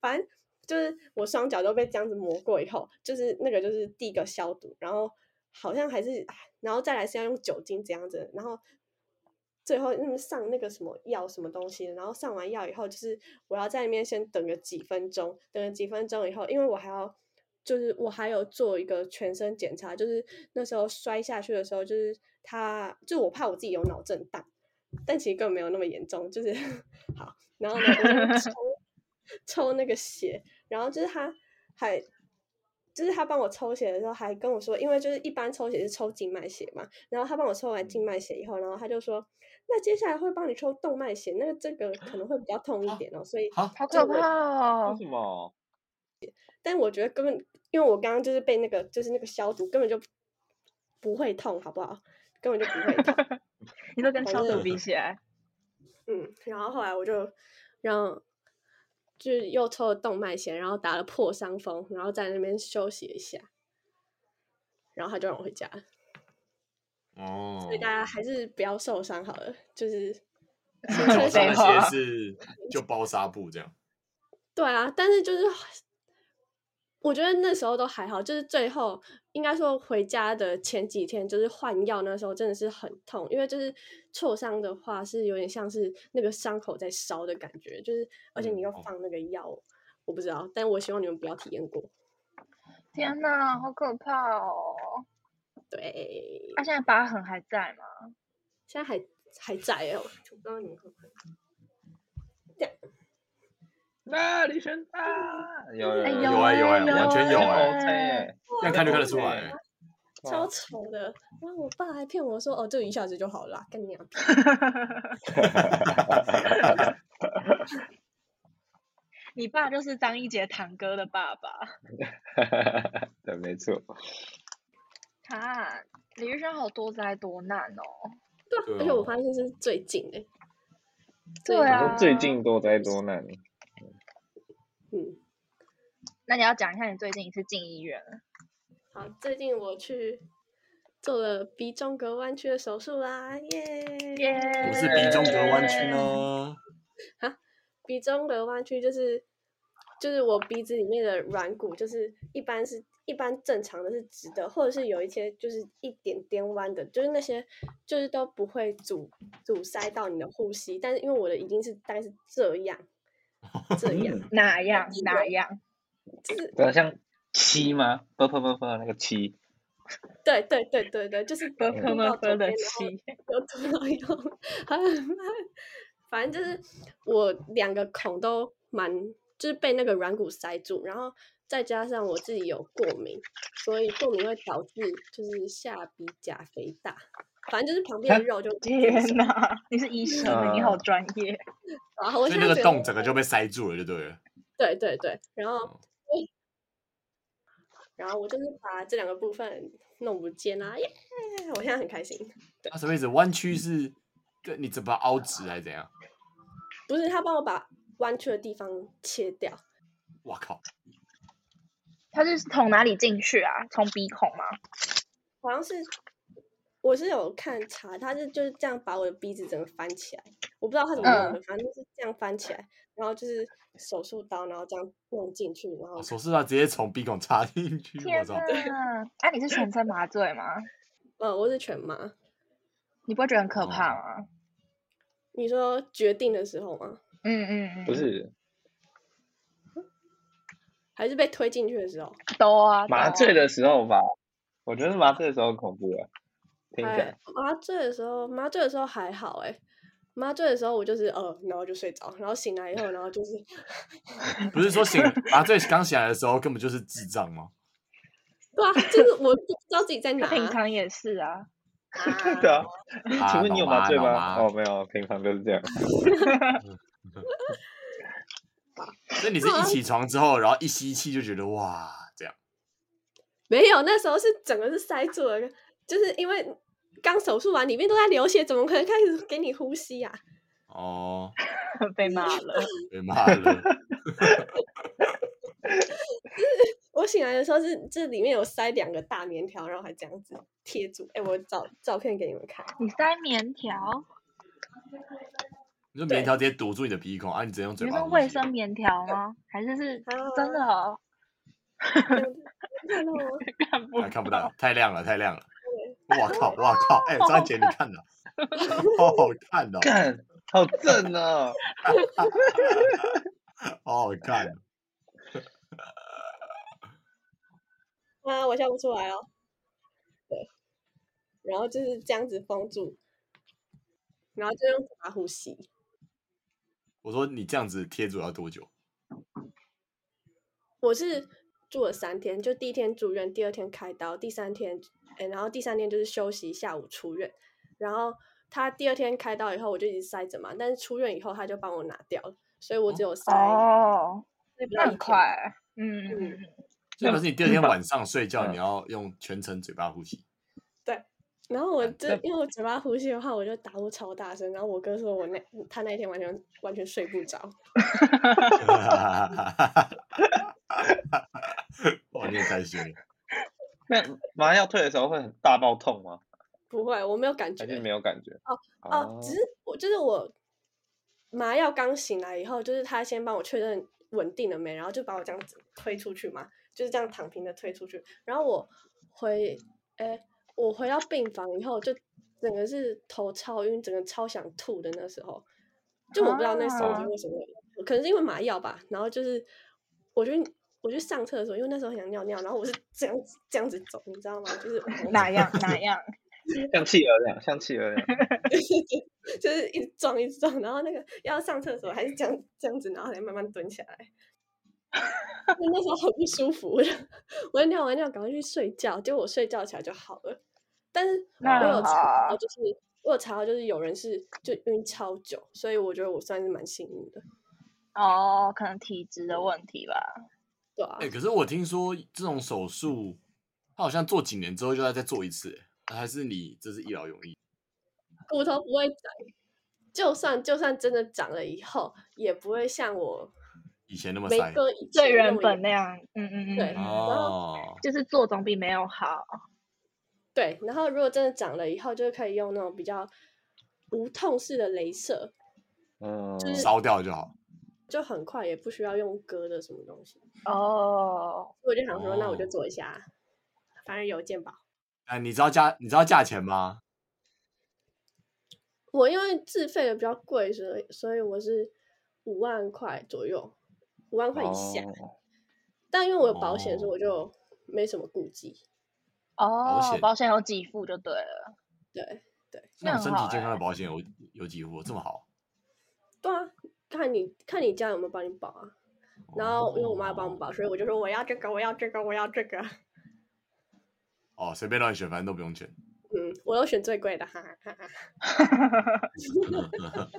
S3: 反正就是我双脚都被这样子磨过以后，就是那个就是第一个消毒，然后好像还是，然后再来是要用酒精这样子，然后。最后嗯上那个什么药什么东西的，然后上完药以后，就是我要在里面先等个几分钟，等了几分钟以后，因为我还要就是我还有做一个全身检查，就是那时候摔下去的时候，就是他就我怕我自己有脑震荡，但其实根本没有那么严重，就是 好。然后呢，我就 抽抽那个血，然后就是他还就是他帮我抽血的时候还跟我说，因为就是一般抽血是抽静脉血嘛，然后他帮我抽完静脉血以后，然后他就说，那接下来会帮你抽动脉血，那个这个可能会比较痛一
S4: 啊
S3: 点哦，所以
S4: 好，
S2: 好
S3: 这
S2: 可怕
S3: 个
S1: 为
S2: 哦！
S1: 什么？
S3: 但我觉得根本，因为我刚刚就是被那个就是那个消毒根本就不会痛，好不好？根本就不会痛。
S2: 你说跟消
S3: 反
S2: 毒
S3: 正
S2: 比起来，
S3: 嗯，然后后来我就让就是又抽了动脉血，然后打了破伤风，然后在那边休息一下，然后他就让我回家了。
S4: 哦
S3: 所以大家还是不要受伤好了， 就是
S4: 那脚
S3: 先
S4: 上
S2: 废
S3: 休
S4: 那
S3: 息
S2: 话
S4: 些是就包纱布这样，
S3: 对啊，但是就是我觉得那时候都还好，就是最后应该说回家的前几天，就是换药那时候真的是很痛，因为就是挫伤的话是有点像是那个伤口在烧的感觉，就是而且
S4: 嗯
S3: 你又
S4: 哦
S3: 放那个药，我不知道，但我希望你们不要体验过。
S2: 天哪，好可怕哦！
S3: 对，
S2: 啊那、现在疤痕还在吗？
S3: 现在还还在哦，我不知道你们会不会。
S1: 那李轩啊，有有
S2: 哎
S1: 有
S4: 有
S1: 有
S4: 啊有啊
S2: 欸
S4: 完全有
S2: 欸
S4: 哎
S1: OK 耶，
S4: 这样看就看得出来。
S1: 哇
S3: 超丑的，然后我爸还骗我说：“哦，这一下子就好了啦，跟你娘屁
S2: 你爸就是张一杰堂哥的爸爸。
S1: 对，没错，
S2: 啊，李玉轩好多灾多难哦。！”
S3: 对啊，
S4: 对
S3: 而且我
S4: 啊
S3: 发现是最近哎、
S2: 对
S3: 最
S1: 你
S3: 近
S2: 啊
S1: 说最近多灾多难，
S3: 嗯，
S2: 那你要讲一下你最近一次进医院了
S3: 好，最近我去做了鼻中隔弯曲的手术啦，耶！
S2: 耶！
S4: 我是鼻中隔弯曲呢，
S3: 鼻中隔弯曲就是就是我鼻子里面的软骨，就是一般是一般正常的是直的，或者是有一些就是一点点弯的，就是那些就是都不会阻阻塞到你的呼吸，但是因为我的已经是大概是这样这 样，
S2: 哪样
S3: 记
S2: 哪
S3: 得
S2: 样？
S3: 就是
S1: 对啊，像七吗？不不不不，那个七，
S3: 对对对对对，就是
S2: 不
S3: 凸
S2: 不
S3: 到
S2: 不
S3: 左
S2: 不的
S3: 边然后
S2: 气，
S3: 有土壤有，还有反正就是我两个孔都蛮，就是被那个软骨塞住，然后再加上我自己有过敏，所以过敏会导致就是下鼻甲肥大，反正就是旁边的肉就
S2: 天哪！你是医生欸，你好
S1: 啊
S2: 专业。
S3: 然后我
S4: 所
S3: 现
S4: 以那
S3: 在
S4: 个
S3: 觉得
S4: 洞整个就被塞住了，就对了。
S3: 对对对，然后
S4: 哦
S3: 然后我就是把这两个部分弄不见啦、耶！我现在很开心。
S4: 那啊什么意思？弯曲是对你怎么凹直还是怎样？
S3: 不是他帮我把弯曲的地方切掉，
S4: 哇靠！
S2: 他是从哪里进去啊？从鼻孔吗？
S3: 好像是我是有看查，他是就是这样把我的鼻子整个翻起来，我不知道他怎么弄的，反正就是这样翻起来，然后就是手术刀，然后这样弄进去，然后
S4: 我手术刀直接从鼻孔插进去，我
S2: 天
S4: 操！
S2: 哪！啊，你是全身麻醉吗？
S3: 呃，我是全麻。
S2: 你不会觉得很可
S4: 哦
S2: 怕吗？
S3: 你说决定的时候吗？
S2: 嗯嗯嗯，
S1: 不是
S3: 还是被推进去的时候？
S2: 都啊，
S1: 麻
S2: 都
S1: 醉
S2: 啊
S1: 的时候吧？我觉得麻醉的时候很恐怖啊，听起
S3: 哎
S1: 来，
S3: 麻醉的时候，麻醉的时候还好哎、麻醉的时候我就是呃，然后就睡着，然后醒来以后，然后就是
S4: 不是说醒麻醉刚醒来的时候根本就是智障吗？
S3: 对啊，就是我不知道自己在哪
S2: 他平
S3: 啊。
S2: 常也是啊。
S1: 对啊。请问你有
S4: 脑麻
S1: 麻醉
S4: 脑
S1: 吗？
S4: 麻
S1: 哦，没有，平常就是这样。
S4: 所以你是一起床之后，然后一吸气就觉得哇这样。
S3: 没有，那时候是整个是塞住了，就是因为刚手术完，里面都在流血，怎么可能开始给你呼吸啊？
S4: 哦，
S2: 被骂了，
S4: 被骂了。
S3: 我醒来的时候是这里面有塞两个大棉条，然后还这样子贴住。哎，我找照片给你们看。
S2: 你塞棉条，
S4: 你说棉条直接堵住你的鼻孔啊，你只能用
S2: 你
S4: 嘴
S2: 是
S4: 巴
S2: 说
S4: 呼吸。
S2: 卫生棉条吗？还是是真的哦？
S3: 看到吗？
S2: 看不
S4: 啊，看不
S2: 到
S4: 到，太亮了，太 亮了。哇靠，哇靠！哎、张姐，你看了，好好看哦，
S1: 干，好正哦！
S4: 好好看哦。
S3: 啊，我笑不出来哦。对，然后就是这样子封住，然后就用嘴巴呼吸。
S4: 我说你这样子贴主要多久？
S3: 我是住了三天，就第一天住院，第二天开刀，第三天，哎，然后第三天就是休息，下午出院。然后他第二天开刀以后，我就一直塞着嘛，但是出院以后他就帮我拿掉了，所以我只有塞，
S2: 哦，
S3: 塞不
S2: 那
S3: 到一
S2: 很
S3: 天
S2: 快欸，嗯嗯嗯
S4: 所以表示你第二天
S1: 嗯
S4: 晚上睡觉，
S1: 嗯
S4: 你要用全程嘴巴呼吸。
S3: 然后我
S1: 嗯
S3: 这
S1: 那
S3: 因为我嘴巴呼吸的话，我就打呼超大声。然后我哥说我那他那一天完全完全睡不着，
S4: 哇，你也太凶了！
S1: 那麻药退的时候会很大爆痛吗？
S3: 不会，我没有感觉
S1: 还。是没有感觉？
S3: 哦哦，只是我就是我麻药刚醒来以后，就是他先帮我确认稳定了没，然后就把我这样子推出去嘛，就是这样躺平的推出去。然后我回，哎，我回到病房以后，就整个是头超晕，整个超想吐的那时候，就我不知道那时候
S1: 啊
S3: 是为什么，可能是因为麻药吧。然后就是我觉得。我去上厕所，因为那时候很想尿尿，然后我是这样子这样子走，你知道吗？就是我
S2: 哪样哪样？
S1: 像企鹅那样，像企鹅那样。
S3: 就是一直撞一直撞，然后那个要上厕所还是这样这样子，然后才慢慢蹲下来。就那时候很不舒服，我 就我就尿完尿赶快去睡觉，结果我睡觉起来就好了。但是我
S2: 那
S3: 有
S2: 很
S3: 查
S2: 好
S3: 到，
S2: 啊
S3: 就是我有查到，就是有人是就晕超久，所以我觉得我算是蛮幸运的，
S2: 哦，可能体质的问题吧。
S3: 对啊
S4: 哎、，可是我听说这种手术，他好像做几年之后就要再做一次、欸，还是你这是一劳永逸？
S3: 骨头不会长，就算就算真的长了以后，也不会像我
S4: 以前那么
S3: 没
S4: 塞
S3: 割以
S2: 最
S3: 前那
S2: 原
S3: 么
S2: 本
S3: 严
S2: 那样，嗯嗯嗯
S3: 对
S2: 嗯，
S4: 哦，
S2: 就是做总比没有好。
S3: 对，然后如果真的长了以后，就可以用那种比较无痛式的镭射，
S1: 嗯，
S4: 烧掉就好。
S3: 就很快，也不需要用割的什么东西。
S2: 哦，
S3: 我就想说，那我就
S4: 哦
S3: 做一下，反正有健保。
S4: 哎、你知道价你知道价钱吗？
S3: 我因为自费的比较贵，所以所以我是五万块左右，五万块以下。
S1: 哦
S3: 但因为我有保险，所以
S4: 哦
S3: 我就没什么顾忌。
S2: 哦
S4: 险，
S2: 保险有给付就对了。
S3: 对，
S4: 那
S2: 那
S4: 种
S2: 很
S4: 身体
S2: 好
S4: 健康
S3: 哎
S2: 欸
S4: 的保险有有几户这么好？
S3: 对啊，看你看你家有没有帮你保啊。然后因为我妈帮我
S4: 哦
S3: 保，所以我就说我要这个，我要这个，我要这个。
S4: 哦，随便乱选，反正都不 用钱。
S3: 嗯，我有选最贵的，哈哈哈哈。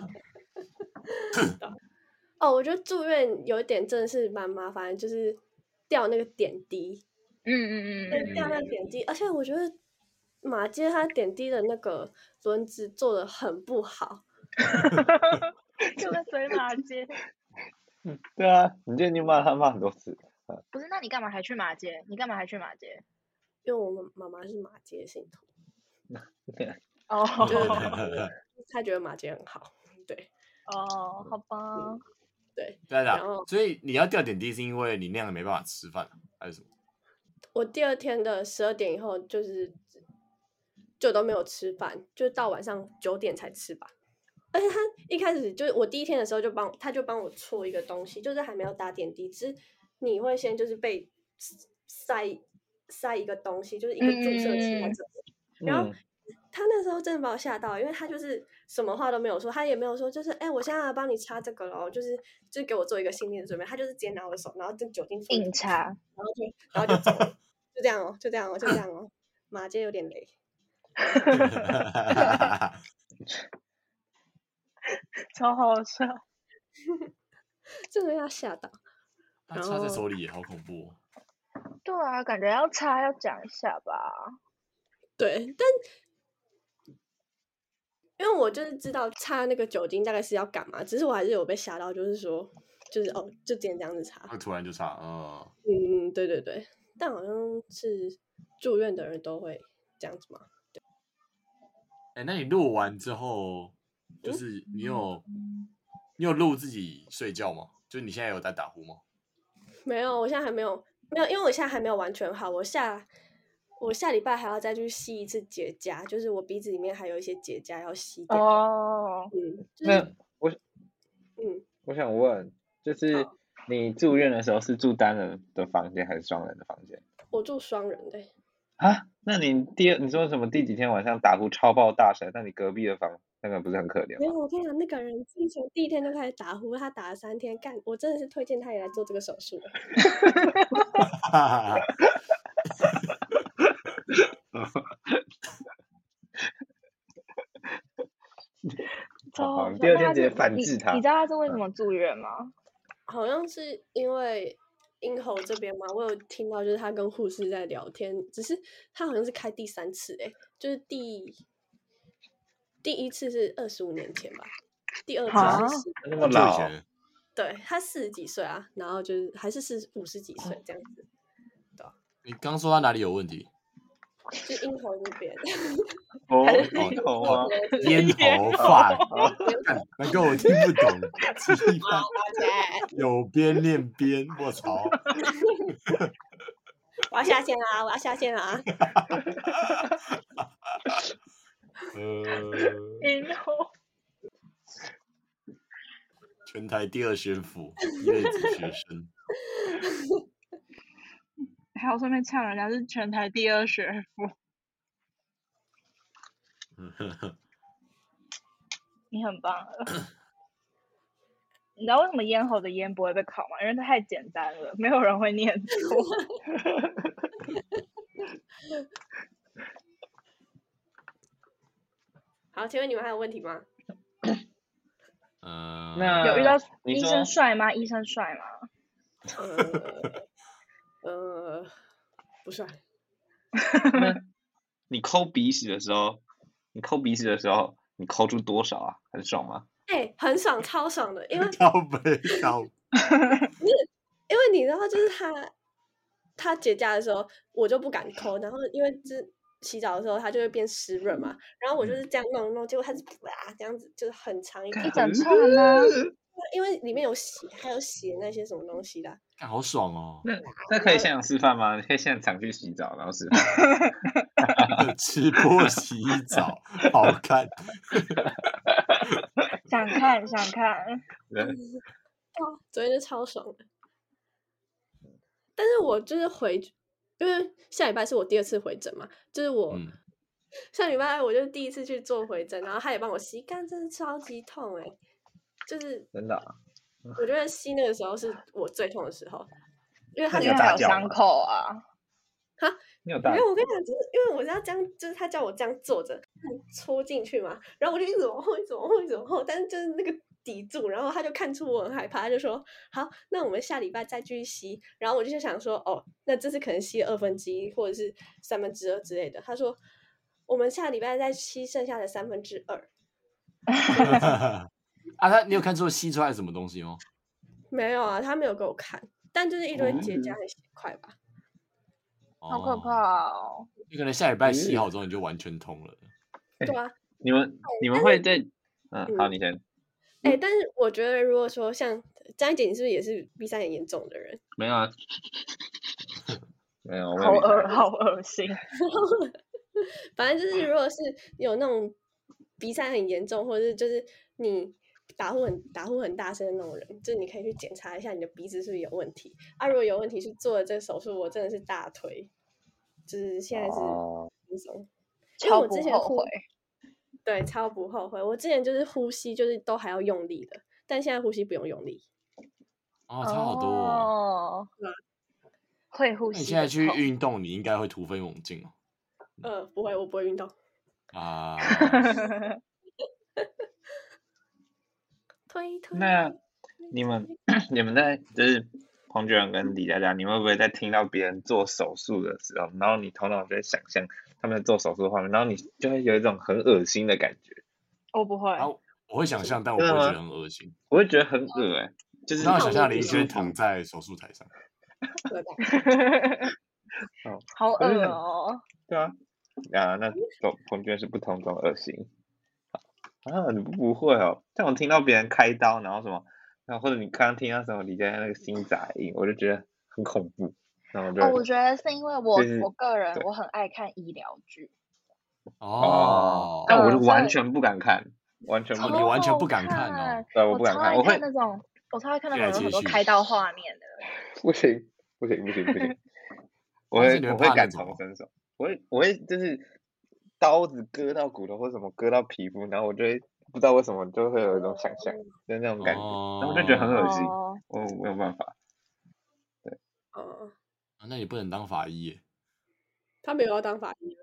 S3: 哦，我觉得住院有一点真的是蛮麻烦，就是吊那个点滴，
S2: 嗯嗯嗯
S3: 对，
S2: 嗯，
S3: 吊那个点滴，而且我觉得马街他点滴的那个轮子做的很不好，
S2: 就是随嗯马街。
S1: 对啊，你今天就骂他骂很多次，
S2: 不是，那你干嘛还去马街？你干嘛还去马街？
S3: 因为我们妈妈是马街信徒，
S2: 哦
S3: 对她觉得马街很好，对
S2: 哦，好吧，
S3: 对。
S4: 对
S3: 然
S4: 的
S3: 后，
S4: 所以你要吊点滴是因为你那样没办法吃饭，啊还是什么？
S3: 我第二天的十二点以后就是就都没有吃饭，就到晚上九点才吃吧。而且他一开始就是我第一天的时候就帮他就帮我搓一个东西，就是还没有打点滴，只是你会先就是被塞塞一个东西，就是一个注射器在
S2: 嗯
S3: 这里然后
S1: 嗯
S3: 他那时候真的把我吓到，因为他就是什么话都没有说，他也没有说就是哎、我现在要帮你擦这个咯，就是就给我做一个心理的准备，他就是直接拿我的手，然后这酒精敷
S2: 硬
S3: 上去
S2: 插。
S3: 然后就然后就走了，就这样哦，就这样哦，就这样哦。马街有点雷，
S2: 超好笑。
S3: 这个要吓到。
S4: 它插在手里也好恐怖、哦。
S2: 对啊，感觉要插要讲一下吧。
S3: 对，但因为我就是知道擦那个酒精大概是要干嘛，只是我还是有被吓到，就是说，就是哦，就直接这样子擦。
S4: 会突然就差，嗯，
S3: 嗯，对对对。但好像是住院的人都会这样子嘛。
S4: 哎、那你录完之后，就
S3: 嗯
S4: 是你有、
S1: 嗯
S4: 你有录自己睡觉吗？就你现在有在打呼吗？
S3: 没有，我现在还没有，没有，因为我现在还没有完全好。我下我下礼拜还要再去吸一次结痂，就是我鼻子里面还有一些结痂要吸掉。
S2: 哦，
S3: 嗯，就是
S1: 那我
S3: 嗯，
S1: 我想问，就是
S3: 好
S1: 你住院的时候是住单人的房间还是双人的房间？
S3: 我住双人的、
S1: 啊，那你第二你说什么第几天晚上打呼超爆大声，那你隔壁的房那个不是很可怜
S3: 没
S1: 吗？
S3: 有，我跟你讲，那个人自从第一天就开始打呼，他打了三天，干，我真的是推荐他也来做这个手术。
S1: 好
S2: 超
S1: 好
S2: 好
S1: 你
S2: 笑
S1: 第二
S2: 哦
S1: 天
S2: 那他
S1: 直接
S2: 是
S1: 反
S2: 你
S1: 制他嗯
S2: 你知道他是为什么住院 吗？
S3: 好像是因为英侯这边嘛，我有听到，就是他跟护士在聊天，只是他好像是开第三次、欸，就是第第一次是二十五年前吧，第二
S2: 啊
S3: 次是十
S1: 那么
S4: 很久以
S1: 老
S4: 前，了，
S3: 对他四十几岁啊，然后就是还是四五十几岁这样子，
S4: 你刚说他哪里有问题？
S3: 就英侯那边
S1: 哦
S2: 还
S4: 是
S1: 你懂啊
S4: 哦，
S3: 对对
S4: 烟头发，
S3: 对
S4: 干难怪我听不懂，鸡 巴
S3: 对
S4: 有边练边，我操！
S3: 我要下线啦，我要下线啦，
S4: 呃，
S2: 然 后
S4: 全台第二学府，一类子学生，
S2: 还有顺便呛人家是全台第二学府，你很棒了 你知道为什么咽喉的咽不会被考吗？因为它太简单了，没有人会念错。
S3: 好，请问你们还有问题吗？
S4: 呃，
S1: 那
S2: 有遇到
S1: 呃你
S2: 医
S1: 说
S2: 生帅吗？医生帅 吗？
S3: 呃呃，不帅，
S1: 你抠鼻屎的时候，你抠鼻屎的时候，你抠出多少啊？很爽吗？！
S3: 哎、很爽，超爽的， 因为
S4: 靠背靠背，
S3: 因为你知道，就是他他结痂的时候，我就不敢抠，然后因为就是洗澡的时候，它就会变湿润嘛，然后我就是这样弄一弄，结果它是啊这样子，就是很长一条，
S2: 一整串吗？
S3: 因为里面有血，还有血那些什么东西的，
S4: 干好爽哦
S1: 那那可以现场示范吗？你可以现场去洗澡，然后示范。
S4: 吃播洗澡，好看，
S2: 想看想看，
S1: 对
S3: 哇，昨天就超爽的。但是我就是回，因为下礼拜是我第二次回诊嘛，就是我、
S4: 嗯，
S3: 上礼拜我就第一次去做回诊，然后他也帮我吸，干真的超级痛哎、就是
S1: 真的啊、
S3: 我觉得吸那个时候是我最痛的时候，因为他
S1: 那你
S2: 因
S1: 有
S2: 为
S3: 就
S1: 大
S2: 还有
S1: 叫
S2: 伤
S1: 吗
S2: 口啊。
S1: 你有大
S3: 没有，我跟你讲，就是因为我是要这样，就是他叫我这样坐着，戳进去嘛，然后我就一直往后，一直往后，一直往后，但是就是那个抵住，然后他就看出我很害怕，他就说：“好，那我们下礼拜再继续吸。”然后我就想说：“哦，那这次可能吸了二分之一或者是三分之二之类的。”他说：“我们下礼拜再吸剩下的三分之二。
S4: 啊，他你有看出吸出来什么东西吗？”
S3: 没有啊，他没有给我看，但就是一堆结痂很血块吧。
S2: 好可
S4: 哦！
S2: 怕哦！
S4: 你可能下礼拜洗好之后你就完全通了。
S3: 对啊，
S1: 你们你们会在嗯，好，
S3: 嗯
S1: 你先。
S3: 哎、但是我觉得，如果说像张姐，你是不是也是 B 三眼严重的人？
S1: 没有啊，没有，我
S2: 好
S1: 也没
S2: 恶
S1: 看
S2: 好恶心，
S3: 反正就是，如果是有那种鼻塞很严重，或者是就是你打呼很打呼很大声的那种人，就是你可以去检查一下你的鼻子是不是有问题。啊，如果有问题去做了这个手术，我真的是大推，就是现在是
S1: 哦
S3: 轻松。因为
S2: 超
S3: 我之
S2: 不
S3: 前
S2: 后
S3: 呼
S2: 悔。
S3: 对，超不后悔。我之前就是呼吸，就是都还要用力的，但现在呼吸不用用力。
S4: 哦，差好多、哦。
S2: 哦会呼
S4: 那你
S2: 吸的痛。
S4: 现在去运动，你应该会突飞猛进哦。
S3: 呃，不会，我不会运动。
S4: 啊，
S3: 推推。
S1: 那你们 你们在就是彭俊仁跟李佳佳，你们会不会在听到别人做手术的时候，然后你头脑就会想象他们在做手术的画面，然后你就会有一种很恶心的感觉？
S2: 我不会，
S4: 然后我会想象，但我不会觉得很恶心。
S1: 我会觉得很恶哎、就是
S4: 你让我想象
S3: 你
S4: 林
S3: 是
S4: 轩躺在手术台上，
S3: 对吧
S1: 哦
S2: 好
S1: 我就
S2: 恶
S1: 想
S2: 哦。
S1: 对啊，啊，那种彭俊仁是不同种恶心。啊，你不会哦？但我听到别人开刀，然后什么，然后或者你刚刚听到什么李佳佳那个心杂音，我就觉得很恐怖，然后我就
S2: 哦，我觉得是因为我
S1: 就是
S2: 我个人
S1: 对
S2: 我很爱看医疗剧，
S1: 哦
S4: 哦，，
S1: 但我
S2: 嗯
S1: 是
S2: 所
S1: 完
S2: 以
S1: 全不敢看，完全不
S4: 哦
S1: 敢
S4: 你
S1: 看，
S4: 完全
S2: 超
S4: 不敢
S2: 好
S4: 看哦
S2: 看，
S1: 对，我不敢
S2: 超爱
S1: 我会
S2: 看那种，我超爱看那
S4: 接
S2: 种
S4: 来
S2: 有很
S4: 接
S2: 多
S4: 续
S2: 开刀画面的。
S1: 不行不行不行不行，我
S4: 但是
S1: 会
S4: 你会
S1: 我
S4: 怕
S1: 会
S4: 那
S1: 感
S4: 种
S1: 同
S4: 吗
S1: 身受，我会我会就是刀子割到骨头或什么割到皮肤，然后我就会不知道为什么就会有一种想象，就是那种感觉，然后我就觉得很
S4: 哦
S1: 恶心，
S2: 哦，
S1: 我没有办法。
S3: 哦，
S4: 啊那你不能当法医耶。
S3: 嗯他没有要当法医，